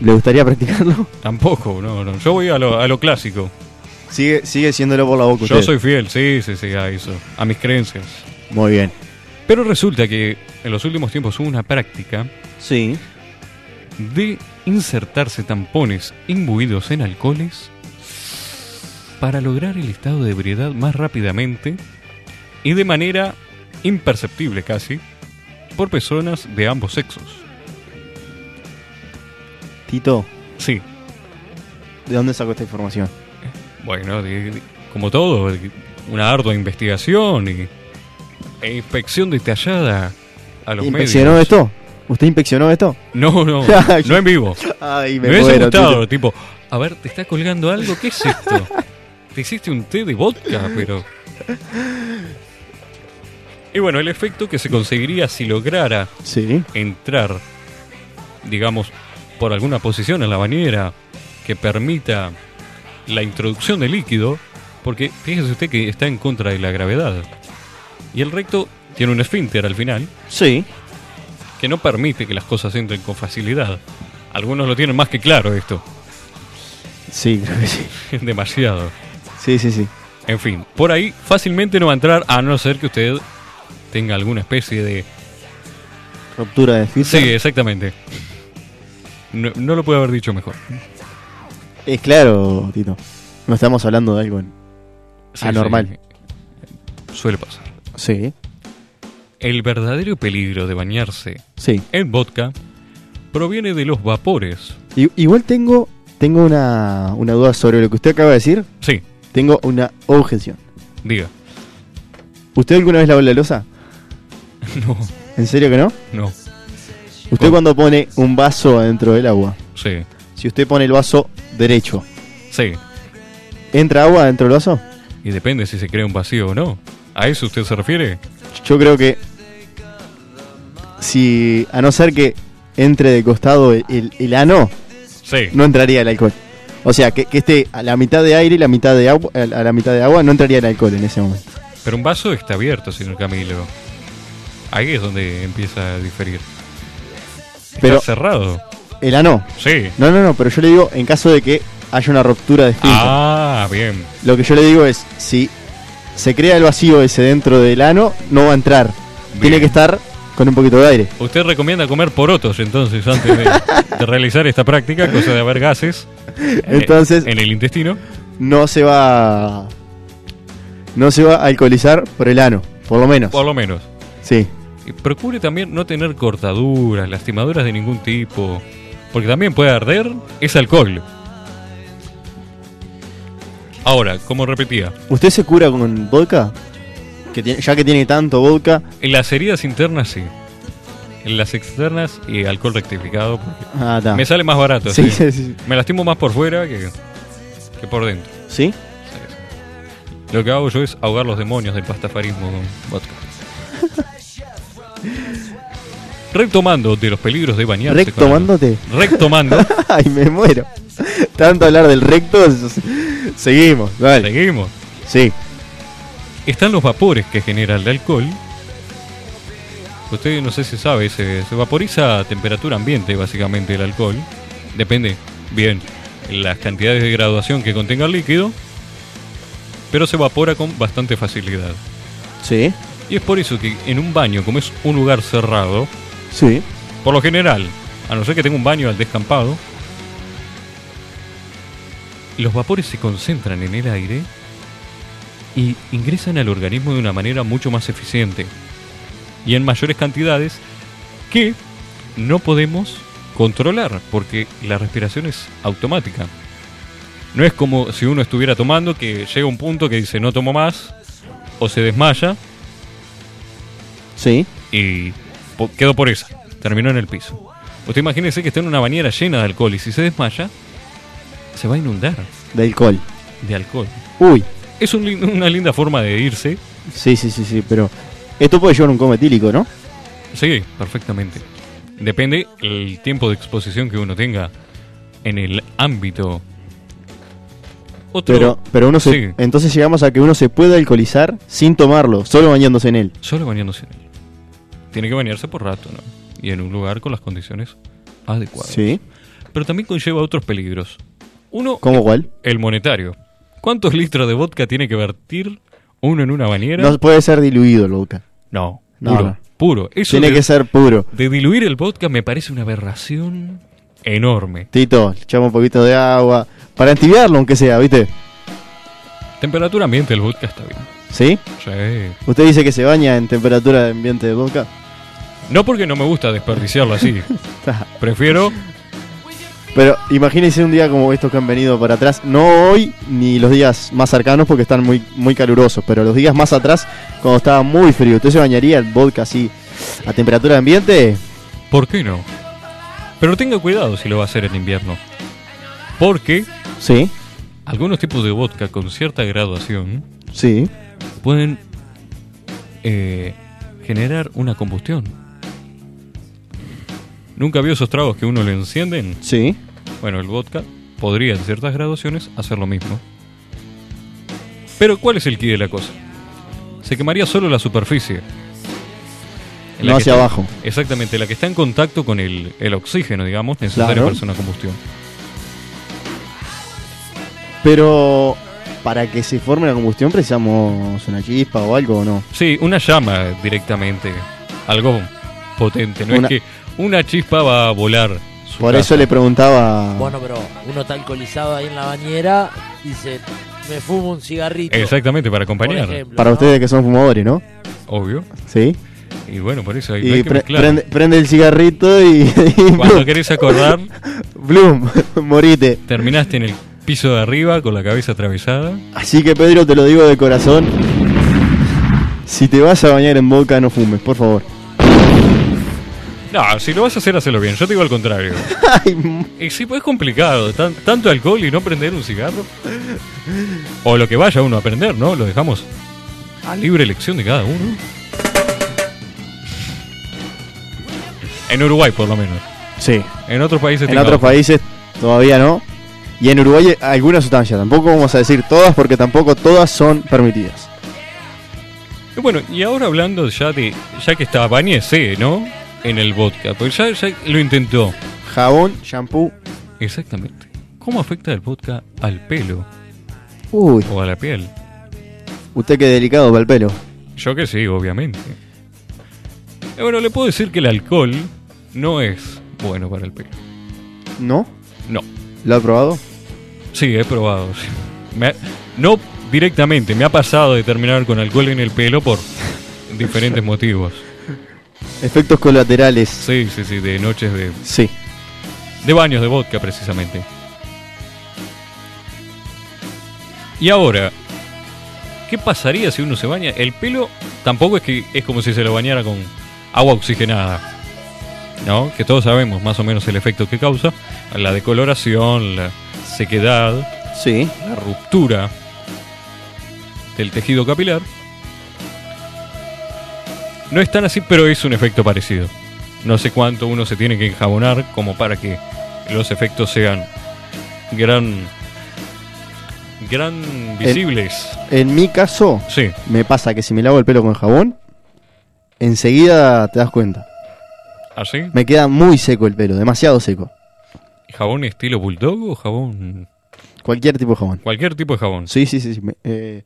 B: ¿Le gustaría practicarlo?
A: Tampoco, no, no. Yo voy a lo, a lo clásico.
B: Sigue, sigue siéndolo por la boca
A: Yo
B: usted.
A: soy fiel, sí, sí, sí, a eso, a mis creencias.
B: Muy bien.
A: Pero resulta que en los últimos tiempos hubo una práctica
B: Sí.
A: de insertarse tampones imbuidos en alcoholes para lograr el estado de ebriedad más rápidamente y de manera imperceptible casi por personas de ambos sexos.
B: Tito,
A: Sí,
B: ¿de dónde sacó esta información?
A: Bueno, de- de- como todo, de- una ardua investigación y, e inspección detallada a los
B: ¿Inspeccionó
A: medios.
B: esto? ¿Usted inspeccionó esto?
A: No, no, no en vivo.
B: Ay,
A: Me, hubiese
B: muero,
A: gustado,
B: Tito.
A: tipo, a ver, te está colgando algo, ¿qué es esto? te hiciste un té de vodka, pero... Y bueno, el efecto que se conseguiría si lograra
B: Sí.
A: entrar, digamos, por alguna posición en la bañera que permita la introducción de líquido, porque fíjese usted que está en contra de la gravedad. Y el recto tiene un esfínter al final
B: Sí.
A: que no permite que las cosas entren con facilidad. Algunos lo tienen más que claro esto,
B: Sí, creo que sí.
A: demasiado.
B: Sí, sí, sí.
A: En fin, por ahí fácilmente no va a entrar a no ser que usted tenga alguna especie de...
B: Ruptura de
A: Sí,
B: filtro.
A: exactamente. No, no lo puede haber dicho mejor.
B: Es claro, Tito. No estamos hablando de algo. en-
A: Sí,
B: Anormal.
A: sí. Suele pasar.
B: Sí.
A: El verdadero peligro de bañarse
B: Sí.
A: en vodka proviene de los vapores.
B: I- igual tengo, tengo una, una duda sobre lo que usted acaba de decir.
A: Sí,
B: Tengo una objeción.
A: diga.
B: ¿Usted alguna vez lavó la losa?
A: No,
B: ¿En serio que no?
A: no,
B: Usted cuando pone un vaso adentro del agua,
A: sí,
B: si usted pone el vaso derecho,
A: sí.
B: ¿entra agua dentro del vaso?
A: Y depende si se crea un vacío o no. ¿A eso usted se refiere?
B: Yo creo que si a no ser que entre de costado el, el- el ano,
A: Sí,
B: no entraría el alcohol. O sea, que, que esté a la mitad de aire y la mitad de agua, a la mitad de agua no entraría el alcohol en ese momento.
A: pero un vaso está abierto, señor Camilo. Ahí es donde empieza a diferir.
B: Pero-
A: está cerrado.
B: El ano.
A: Sí.
B: No, no, no, pero yo le digo en caso de que haya una ruptura de esfínter.
A: Ah, bien.
B: Lo que yo le digo es, si se crea el vacío ese dentro del ano, no va a entrar. Tiene
A: Bien.
B: que estar con un poquito de aire.
A: Usted recomienda comer porotos entonces antes de, de realizar esta práctica, cosa de haber gases eh,
B: Entonces-
A: en el intestino.
B: No se va... No se va a alcoholizar por el ano, por lo menos.
A: Por lo menos.
B: Sí.
A: Y procure también no tener cortaduras, lastimaduras de ningún tipo, porque también puede arder, es alcohol. Ahora, como repetía,
B: ¿Usted se cura con vodka? Que tiene- ya que tiene tanto vodka...
A: en las heridas internas sí. En las externas y alcohol rectificado. porque
B: Ah, está.
A: Me sale más barato.
B: Sí,
A: sí.
B: sí, sí.
A: Me lastimo más por fuera que, que por dentro.
B: ¿Sí?
A: Lo que hago yo es ahogar los demonios del pastafarismo con vodka. Retomando de los peligros de bañarse. con agua.
B: Rectomándote.
A: Rectomando.
B: Ay, me muero. Tanto hablar del recto. s- Seguimos, dale.
A: Seguimos.
B: Sí.
A: Están los vapores que genera el alcohol. Usted no sé si sabe, se, se vaporiza a temperatura ambiente básicamente el alcohol. Depende, bien, las cantidades de graduación que contenga el líquido. Pero se evapora con bastante facilidad.
B: Sí.
A: Y es por eso que en un baño, como es un lugar cerrado,
B: Sí.
A: por lo general, a no ser que tenga un baño al descampado, los vapores se concentran en el aire y ingresan al organismo de una manera mucho más eficiente y en mayores cantidades que no podemos controlar porque la respiración es automática. No es como si uno estuviera tomando que llega un punto que dice no tomo más o se desmaya
B: Sí.
A: y po- quedó por esa. Terminó en el piso. Usted imagínese que está en una bañera llena de alcohol y si se desmaya, se va a inundar
B: De alcohol.
A: de alcohol.
B: Uy.
A: Es un lin- una linda forma de irse.
B: Sí, sí, sí, sí, pero. Esto puede llevar un coma etílico, ¿no?
A: Sí, perfectamente. Depende el tiempo de exposición que uno tenga en el ámbito. Otro,
B: Pero, pero uno se.
A: Sí.
B: Entonces llegamos a que uno se puede alcoholizar sin tomarlo, solo bañándose en él.
A: solo bañándose en él. Tiene que bañarse por rato, ¿no? Y en un lugar con las condiciones adecuadas.
B: Sí.
A: Pero también conlleva otros peligros. Uno,
B: ¿Cómo cuál?
A: El monetario. ¿Cuántos litros de vodka tiene que vertir uno en una bañera?
B: No puede ser diluido, loca.
A: No,
B: No,
A: puro.
B: no.
A: Puro. Eso
B: Tiene
A: de,
B: que ser puro.
A: de diluir el vodka me parece una aberración enorme.
B: Tito, le echamos un poquito de agua. Para entibiarlo, aunque sea, ¿viste?
A: Temperatura ambiente el vodka está bien.
B: ¿Sí?
A: Sí.
B: Usted dice que se baña en temperatura de ambiente de boca.
A: No porque no me gusta desperdiciarlo así. Prefiero...
B: Pero imagínense un día como estos que han venido para atrás. No hoy ni los días más cercanos porque están muy, muy calurosos. Pero los días más atrás, cuando estaba muy frío, ¿usted se bañaría en vodka así a temperatura de ambiente?
A: ¿Por qué no? Pero tenga cuidado si lo va a hacer en invierno. Porque
B: Sí,
A: algunos tipos de vodka con cierta graduación
B: sí.
A: pueden eh, generar una combustión. ¿Nunca vio esos tragos que uno le encienden?
B: Sí.
A: Bueno, el vodka podría en ciertas graduaciones hacer lo mismo. Pero ¿cuál es el quid de la cosa? Se quemaría solo la superficie. En la
B: No
A: que
B: hacia
A: está-
B: abajo.
A: Exactamente, la que está en contacto con el, el oxígeno, digamos, necesario
B: Claro.
A: para hacer una combustión.
B: Pero para que se forme la combustión precisamos una chispa o algo o no.
A: Sí, una llama directamente. Algo potente. No es
B: Una-
A: que una chispa va a volar. su
B: Por
A: casa.
B: eso le preguntaba...
C: Bueno, pero uno está alcoholizado ahí en la bañera y dice, me fumo un cigarrito.
A: Exactamente, para
C: por
A: acompañar.
C: ejemplo,
B: Para
C: ¿no?
B: ustedes que son fumadores, ¿no?
A: Obvio.
B: Sí.
A: Y bueno, por eso hay, no hay
B: Y
A: que
B: pre-
A: mezclar.
B: prende, prende el cigarrito y... y
A: Cuando querés acordar,
B: Bloom, morite.
A: terminaste en el piso de arriba con la cabeza atravesada.
B: Así que Pedro, te lo digo de corazón. Si te vas a bañar en boca, no fumes, por favor.
A: No, si lo vas a hacer, hacelo bien. Yo te digo al contrario.
B: Ay, m-
A: Y sí, pues es complicado. tan- tanto alcohol y no prender un cigarro. O lo que vaya uno a prender, ¿no? Lo dejamos a libre elección de cada uno. En Uruguay, por lo menos.
B: sí.
A: En otros países
B: En
A: tenga
B: otros
A: ojo.
B: países todavía no. Y en Uruguay eh, algunas sustancias, tampoco vamos a decir todas porque tampoco todas son permitidas.
A: Y Bueno, y ahora hablando ya de. Ya que está, bañese, ¿no? En el vodka. Pues ya, ya lo intentó.
B: Jabón, shampoo.
A: Exactamente. ¿Cómo afecta el vodka al pelo
B: Uy,
A: o a la piel?
B: usted qué delicado para el pelo.
A: Yo que sí, obviamente. Eh, Bueno, le puedo decir que el alcohol no es bueno para el pelo.
B: ¿No?
A: No.
B: ¿Lo ha probado?
A: Sí, he probado. sí. Me ha- no directamente, me ha pasado de terminar con alcohol en el pelo por diferentes motivos.
B: Efectos colaterales.
A: Sí, sí, sí, de noches de,
B: Sí.
A: de baños de vodka precisamente. Y ahora, ¿qué pasaría si uno se baña? El pelo tampoco es que es como si se lo bañara con agua oxigenada. ¿No? Que todos sabemos más o menos el efecto que causa, la decoloración, la sequedad,
B: Sí.
A: la ruptura del tejido capilar. No es tan así, pero es un efecto parecido. no sé cuánto uno se tiene que enjabonar como para que los efectos sean gran gran visibles.
B: En mi caso,
A: Sí,
B: me pasa que si me lavo el pelo con jabón, enseguida te das cuenta.
A: así.
B: Me queda muy seco el pelo, demasiado seco.
A: ¿Jabón estilo bulldog o jabón
B: Cualquier tipo de jabón.
A: cualquier tipo de jabón?
B: Sí, sí, sí. sí, me- eh,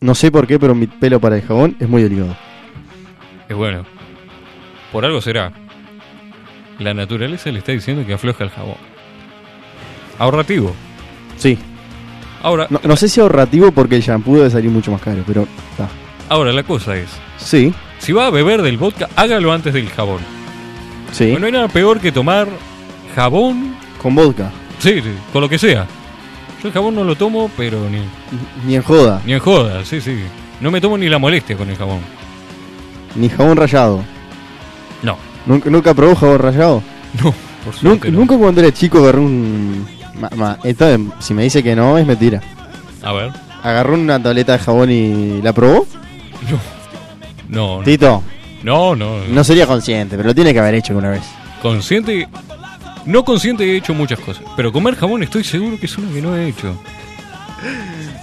B: no sé por qué, pero mi pelo para el jabón es muy delicado.
A: Es bueno. Por algo será. La naturaleza le está diciendo que afloja el jabón. Ahorrativo.
B: Sí.
A: Ahora,
B: No, no sé si ahorrativo porque el shampoo debe salir mucho más caro, pero está.
A: ahora la cosa es,
B: Sí,
A: si va a beber del vodka, hágalo antes del jabón.
B: sí.
A: No hay nada peor que tomar jabón,
B: Con vodka.
A: sí, sí, con lo que sea. Yo el jabón no lo tomo, pero ni,
B: Ni en joda,
A: ni en joda, sí, sí. No me tomo ni la molestia con el jabón.
B: ni jabón rallado.
A: No,
B: ¿Nunca, nunca probó jabón rallado?
A: no, por suerte
B: Nunca,
A: no.
B: nunca cuando era chico agarré un... ma- ma- esto, eh, si me dice que no, es mentira.
A: A ver,
B: Agarró una tableta de jabón y la probó.
A: no, no,
B: Tito,
A: no, no,
B: no sería consciente, pero lo tiene que haber hecho alguna vez.
A: Consciente, no consciente he hecho muchas cosas, pero comer jabón estoy seguro que es una que no he hecho.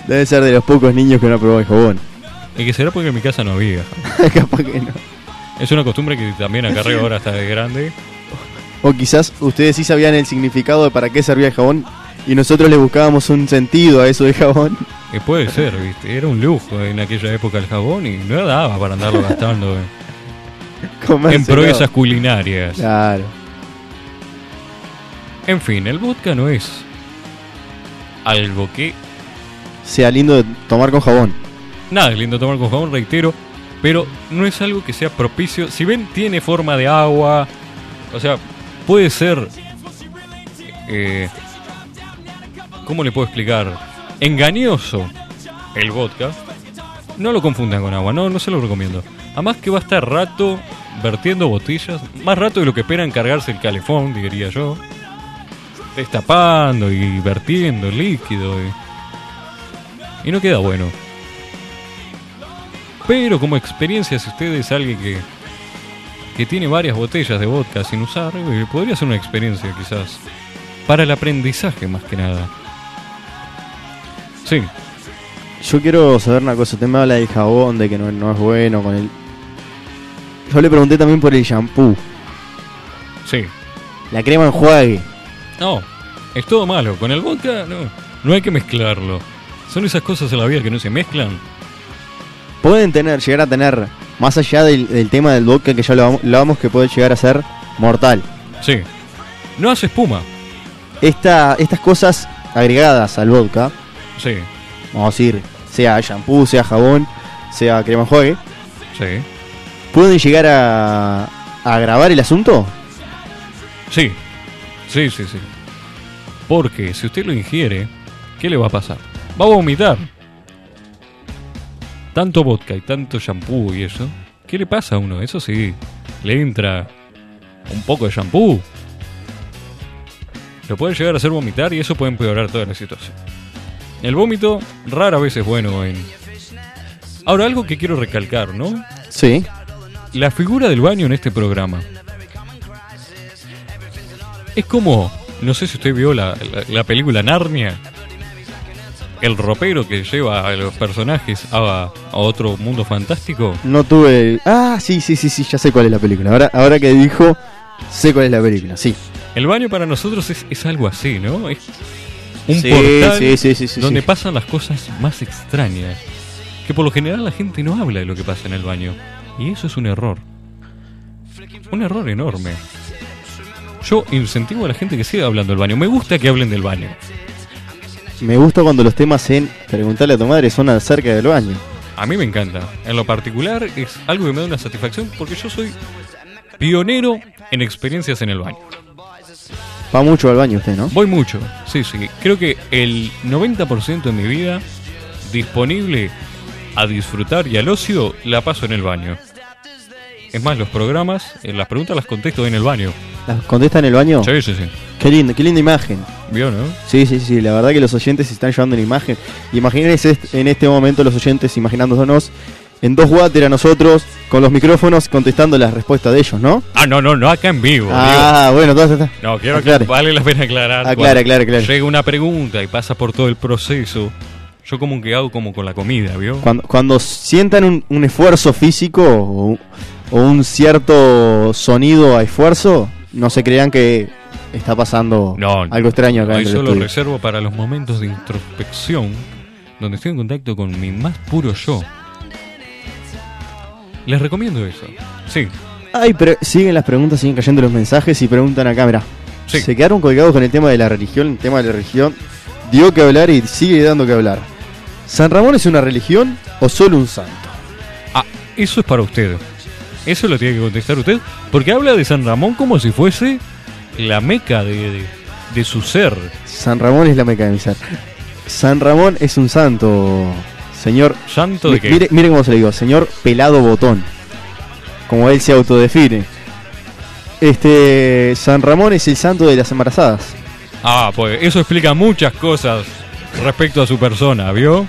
B: Debe ser de los pocos niños que no ha probado el jabón.
A: Y que será porque en mi casa no había.
B: Capaz que no.
A: Es una costumbre que también acarreo ahora hasta de grande.
B: O quizás ustedes sí sabían el significado de para qué servía el jabón y nosotros le buscábamos un sentido a eso del jabón.
A: Que Eh, puede ser, ¿viste? Era un lujo en aquella época el jabón y no daba para andarlo gastando en- en
B: Comérselo.
A: proezas culinarias.
B: Claro.
A: En fin, el vodka no es algo que
B: Sea lindo de tomar con jabón.
A: Nada, es lindo tomar con jabón, reitero, pero no es algo que sea propicio. Si ven, tiene forma de agua, o sea, puede ser... eh, ¿Cómo le puedo explicar? Engañoso el vodka. No lo confundan con agua, no, no se lo recomiendo. Además que va a estar rato vertiendo botellas, más rato de lo que esperan cargarse el calefón, diría yo. Destapando y vertiendo líquido. y- y no queda bueno. Pero como experiencia, si usted es alguien que, que tiene varias botellas de vodka sin usar, eh, podría ser una experiencia quizás. Para el aprendizaje más que nada. Sí,
B: Yo quiero saber una cosa. Usted me habla del jabón, de que no, no es bueno con el... Yo le pregunté también por el shampoo.
A: sí.
B: La crema enjuague.
A: No, es todo malo. Con el vodka no, no hay que mezclarlo. Son esas cosas en la vida que no se mezclan.
B: Pueden tener, llegar a tener, más allá del, del tema del vodka que ya lo vamos, lo vamos que puede llegar a ser mortal.
A: Sí. No hace espuma.
B: Esta, estas cosas agregadas al vodka,
A: Sí,
B: vamos a decir, sea shampoo, sea jabón, sea crema enjuague,
A: sí.
B: ¿Pueden llegar a, a grabar el asunto?
A: Sí, sí, sí, sí. Porque si usted lo ingiere, ¿qué le va a pasar? Va a vomitar. Tanto vodka y tanto shampoo y eso. ¿Qué le pasa a uno? Eso sí, le entra un poco de shampoo. Lo puede llegar a hacer vomitar y eso puede empeorar toda la situación. El vómito rara vez es bueno en... Ahora, algo que quiero recalcar, ¿no?
B: Sí.
A: la figura del baño en este programa. Es como, no sé si usted vio la, la- la película Narnia, el ropero que lleva a los personajes a, a otro mundo fantástico.
B: No tuve... el- Ah, sí, sí, sí, sí, ya sé cuál es la película. Ahora, ahora que dijo, sé cuál es la película, sí.
A: El baño para nosotros es, es algo así, ¿no? Es un
B: Sí,
A: portal
B: sí, sí, sí, sí,
A: donde
B: sí.
A: pasan las cosas más extrañas, que por lo general la gente no habla de lo que pasa en el baño, y eso es un error. Un error enorme. Yo incentivo a la gente que siga hablando del baño. Me gusta que hablen del baño.
B: Me gusta cuando los temas en Preguntarle a tu madre son acerca del baño.
A: A mí me encanta. En lo particular es algo que me da una satisfacción porque yo soy pionero en experiencias en el baño.
B: Va mucho al baño usted, ¿no?
A: Voy mucho, sí, sí. Creo que el 90% de mi vida disponible a disfrutar y al ocio la paso en el baño. Es más, los programas, eh, las preguntas las contesto en el baño.
B: ¿Las contesta en el baño?
A: Sí, sí, sí.
B: Qué lindo, qué linda imagen.
A: ¿Vio, no?
B: Sí, sí, sí, la verdad que los oyentes se están llevando una imagen. Imagínense est- en este momento los oyentes imaginándonos en dos water a nosotros, con los micrófonos contestando las respuestas de ellos, ¿no?
A: Ah, no, no, no acá en vivo. digo.
B: Ah, bueno, entonces está.
A: No, quiero
B: aclare.
A: que vale la pena aclarar.
B: Aclara,
A: cuando
B: aclara, aclara.
A: Llega una pregunta y pasa por todo el proceso. Yo como que hago como con la comida, ¿vio?
B: Cuando, cuando sientan un, un esfuerzo físico o, o un cierto sonido a esfuerzo, no se crean que está pasando
A: No,
B: algo extraño acá
A: Hoy
B: en el
A: solo
B: estudio.
A: reservo para los momentos de introspección donde estoy en contacto con mi más puro yo. Les recomiendo eso. Sí,
B: Ay, pero siguen las preguntas, siguen cayendo los mensajes y preguntan acá, mirá.
A: Sí.
B: Se quedaron colgados con el tema de la religión. El tema de la religión dio que hablar y sigue dando que hablar. ¿San Ramón es una religión o solo un santo?
A: Ah, eso es para usted. Eso lo tiene que contestar usted, porque habla de San Ramón como si fuese la meca de, de- de su ser.
B: San Ramón es la meca de mi ser. San Ramón es un santo, señor.
A: Santo de
B: Mi-
A: que.
B: Mire, mire cómo se le digo, señor pelado botón. Como él se autodefine. Este, San Ramón es el santo de las embarazadas.
A: Ah, pues eso explica muchas cosas respecto a su persona, ¿vio?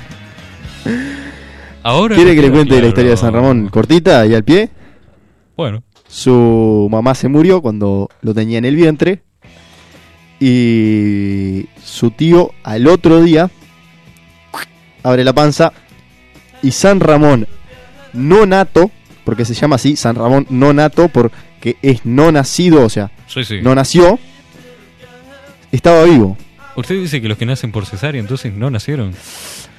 A: Ahora.
B: ¿Quiere que le
A: queda
B: cuente la
A: claro.
B: historia de San Ramón cortita y al pie?
A: Bueno,
B: Su mamá se murió cuando lo tenía en el vientre. Y su tío al otro día abre la panza. Y San Ramón no nato, porque se llama así, San Ramón no nato, porque es no nacido, o sea,
A: sí, sí.
B: no nació, estaba vivo.
A: Usted dice que los que nacen por cesárea entonces no nacieron.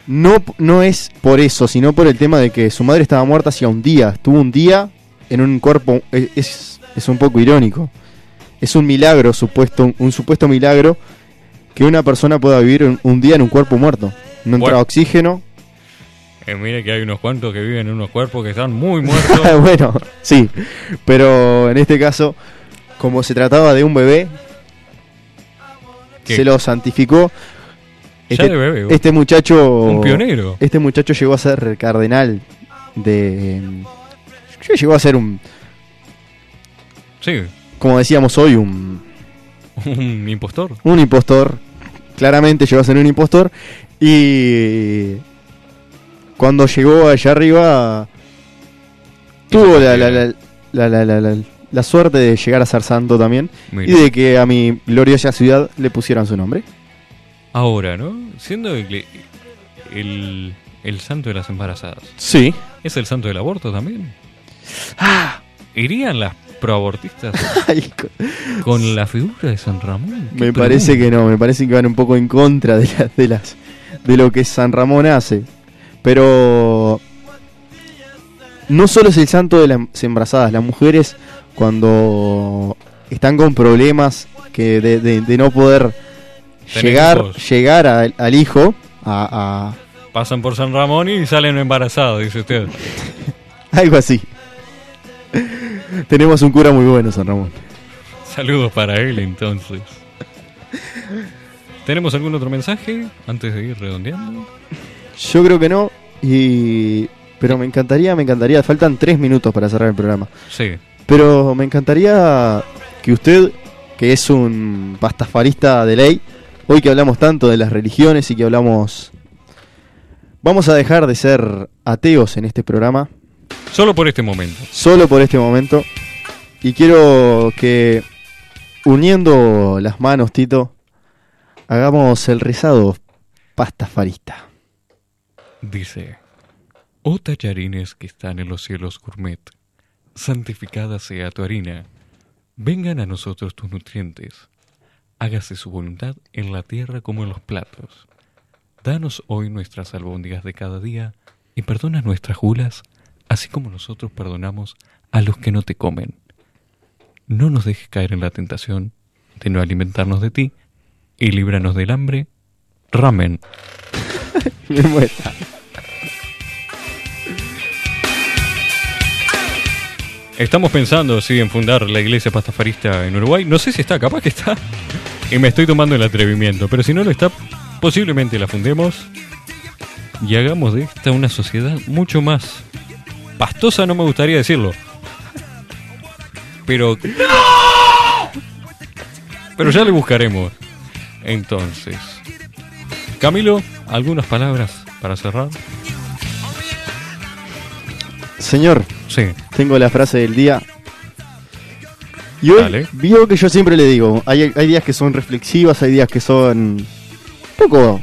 B: No, no es por eso, sino por el tema de que su madre estaba muerta hacía un día. Estuvo un día en un cuerpo. e- Es, es un poco irónico. Es un milagro, supuesto, un supuesto milagro que una persona pueda vivir un, un día en un cuerpo muerto. No entraba
A: Bueno.
B: oxígeno.
A: Eh, mire que hay unos cuantos que viven en unos cuerpos que están muy muertos.
B: Ah, bueno, sí. Pero en este caso, como se trataba de un bebé,
A: ¿Qué?
B: se lo santificó.
A: Ya
B: Este,
A: de bebé, vos.
B: este muchacho.
A: Un pionero.
B: Este muchacho llegó a ser cardenal de. em, sí, Llegó a ser un.
A: Sí,
B: Como decíamos hoy, un.
A: un impostor.
B: Un impostor. Claramente llegó a ser un impostor. Y. Cuando llegó allá arriba. Tuvo la, la, la, la, la, la- la- la suerte de llegar a ser santo también.
A: Mire.
B: Y de que a mi gloriosa ciudad le pusieran su nombre.
A: Ahora, ¿no? Siendo el, el, el santo de las embarazadas.
B: Sí.
A: ¿Es el santo del aborto también?
B: Ah.
A: ¿Irían las proabortistas con la figura de San Ramón? Qué
B: Me parece
A: pregunta.
B: que no, me parece que van un poco en contra de, las de las de lo que San Ramón hace. Pero no solo es el santo de las embarazadas, las mujeres cuando están con problemas que de, de- de no poder
A: Tener
B: llegar,
A: hijos.
B: llegar al- al hijo, a,
A: Pasan por San Ramón y salen embarazados, dice usted.
B: a- algo así. Tenemos un cura muy bueno, San Ramón.
A: Saludos para él entonces. ¿Tenemos algún otro mensaje antes de ir redondeando?
B: Yo creo que no, y pero me encantaría, me encantaría, faltan tres minutos para cerrar el programa.
A: Sí.
B: Pero me encantaría que usted, que es un pastafarista de ley, hoy que hablamos tanto de las religiones y que hablamos... Vamos a dejar de ser ateos en este programa,
A: Solo por este momento.
B: solo por este momento. Y quiero que, uniendo las manos, Tito, hagamos el rizado pastafarista.
A: Dice, oh tallarines que están en los cielos gourmet, santificada sea tu harina, vengan a nosotros tus nutrientes, hágase su voluntad en la tierra como en los platos. Danos hoy nuestras albóndigas de cada día y perdona nuestras julas, así como nosotros perdonamos a los que no te comen. No nos dejes caer en la tentación de no alimentarnos de ti y líbranos del hambre. Ramen.
B: Me muero.
A: Estamos pensando, sí, en fundar la iglesia pastafarista en Uruguay. No sé si está, capaz que está. Y me estoy tomando el atrevimiento. Pero si no lo está, posiblemente la fundemos. Y hagamos de esta una sociedad mucho más pastosa, no me gustaría decirlo. Pero... Pero ya le buscaremos. Entonces... Camilo, algunas palabras para cerrar.
B: Señor,
A: Sí.
B: Tengo la frase del día. Y hoy,
A: Dale.
B: vio que yo siempre le digo, hay, hay días que son reflexivas, hay días que son un poco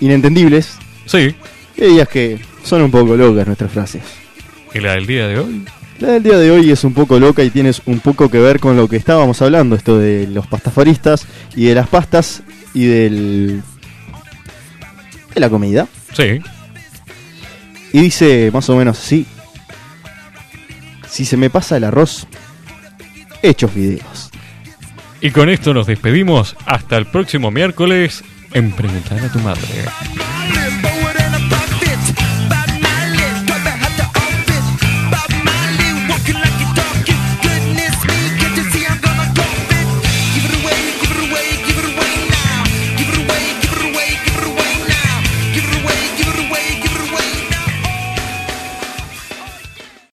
B: inentendibles,
A: Sí.
B: y hay días que son un poco locas nuestras frases.
A: ¿Y la del día de hoy?
B: La del día de hoy es un poco loca y tienes un poco que ver con lo que estábamos hablando, esto de los pastafaristas y de las pastas y del... de la comida.
A: Sí.
B: Y dice más o menos así. Si se me pasa el arroz, hechos videos.
A: Y con esto nos despedimos. Hasta el próximo miércoles en Preguntar a tu madre.
D: I live the